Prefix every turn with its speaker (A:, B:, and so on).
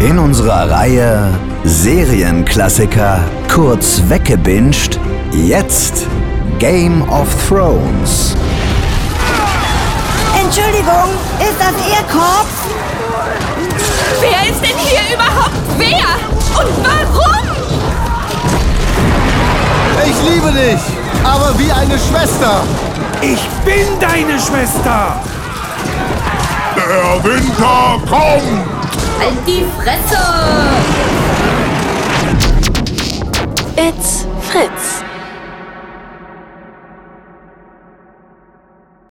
A: In unserer Reihe Serienklassiker kurz weggebinged, jetzt Game of Thrones.
B: Entschuldigung, ist das Ihr Korps?
C: Wer ist denn hier überhaupt wer? Und warum?
D: Ich liebe dich, aber wie eine Schwester.
E: Ich bin deine Schwester!
F: Der Winter kommt!
C: Halt die Fresse!
G: It's Fritz.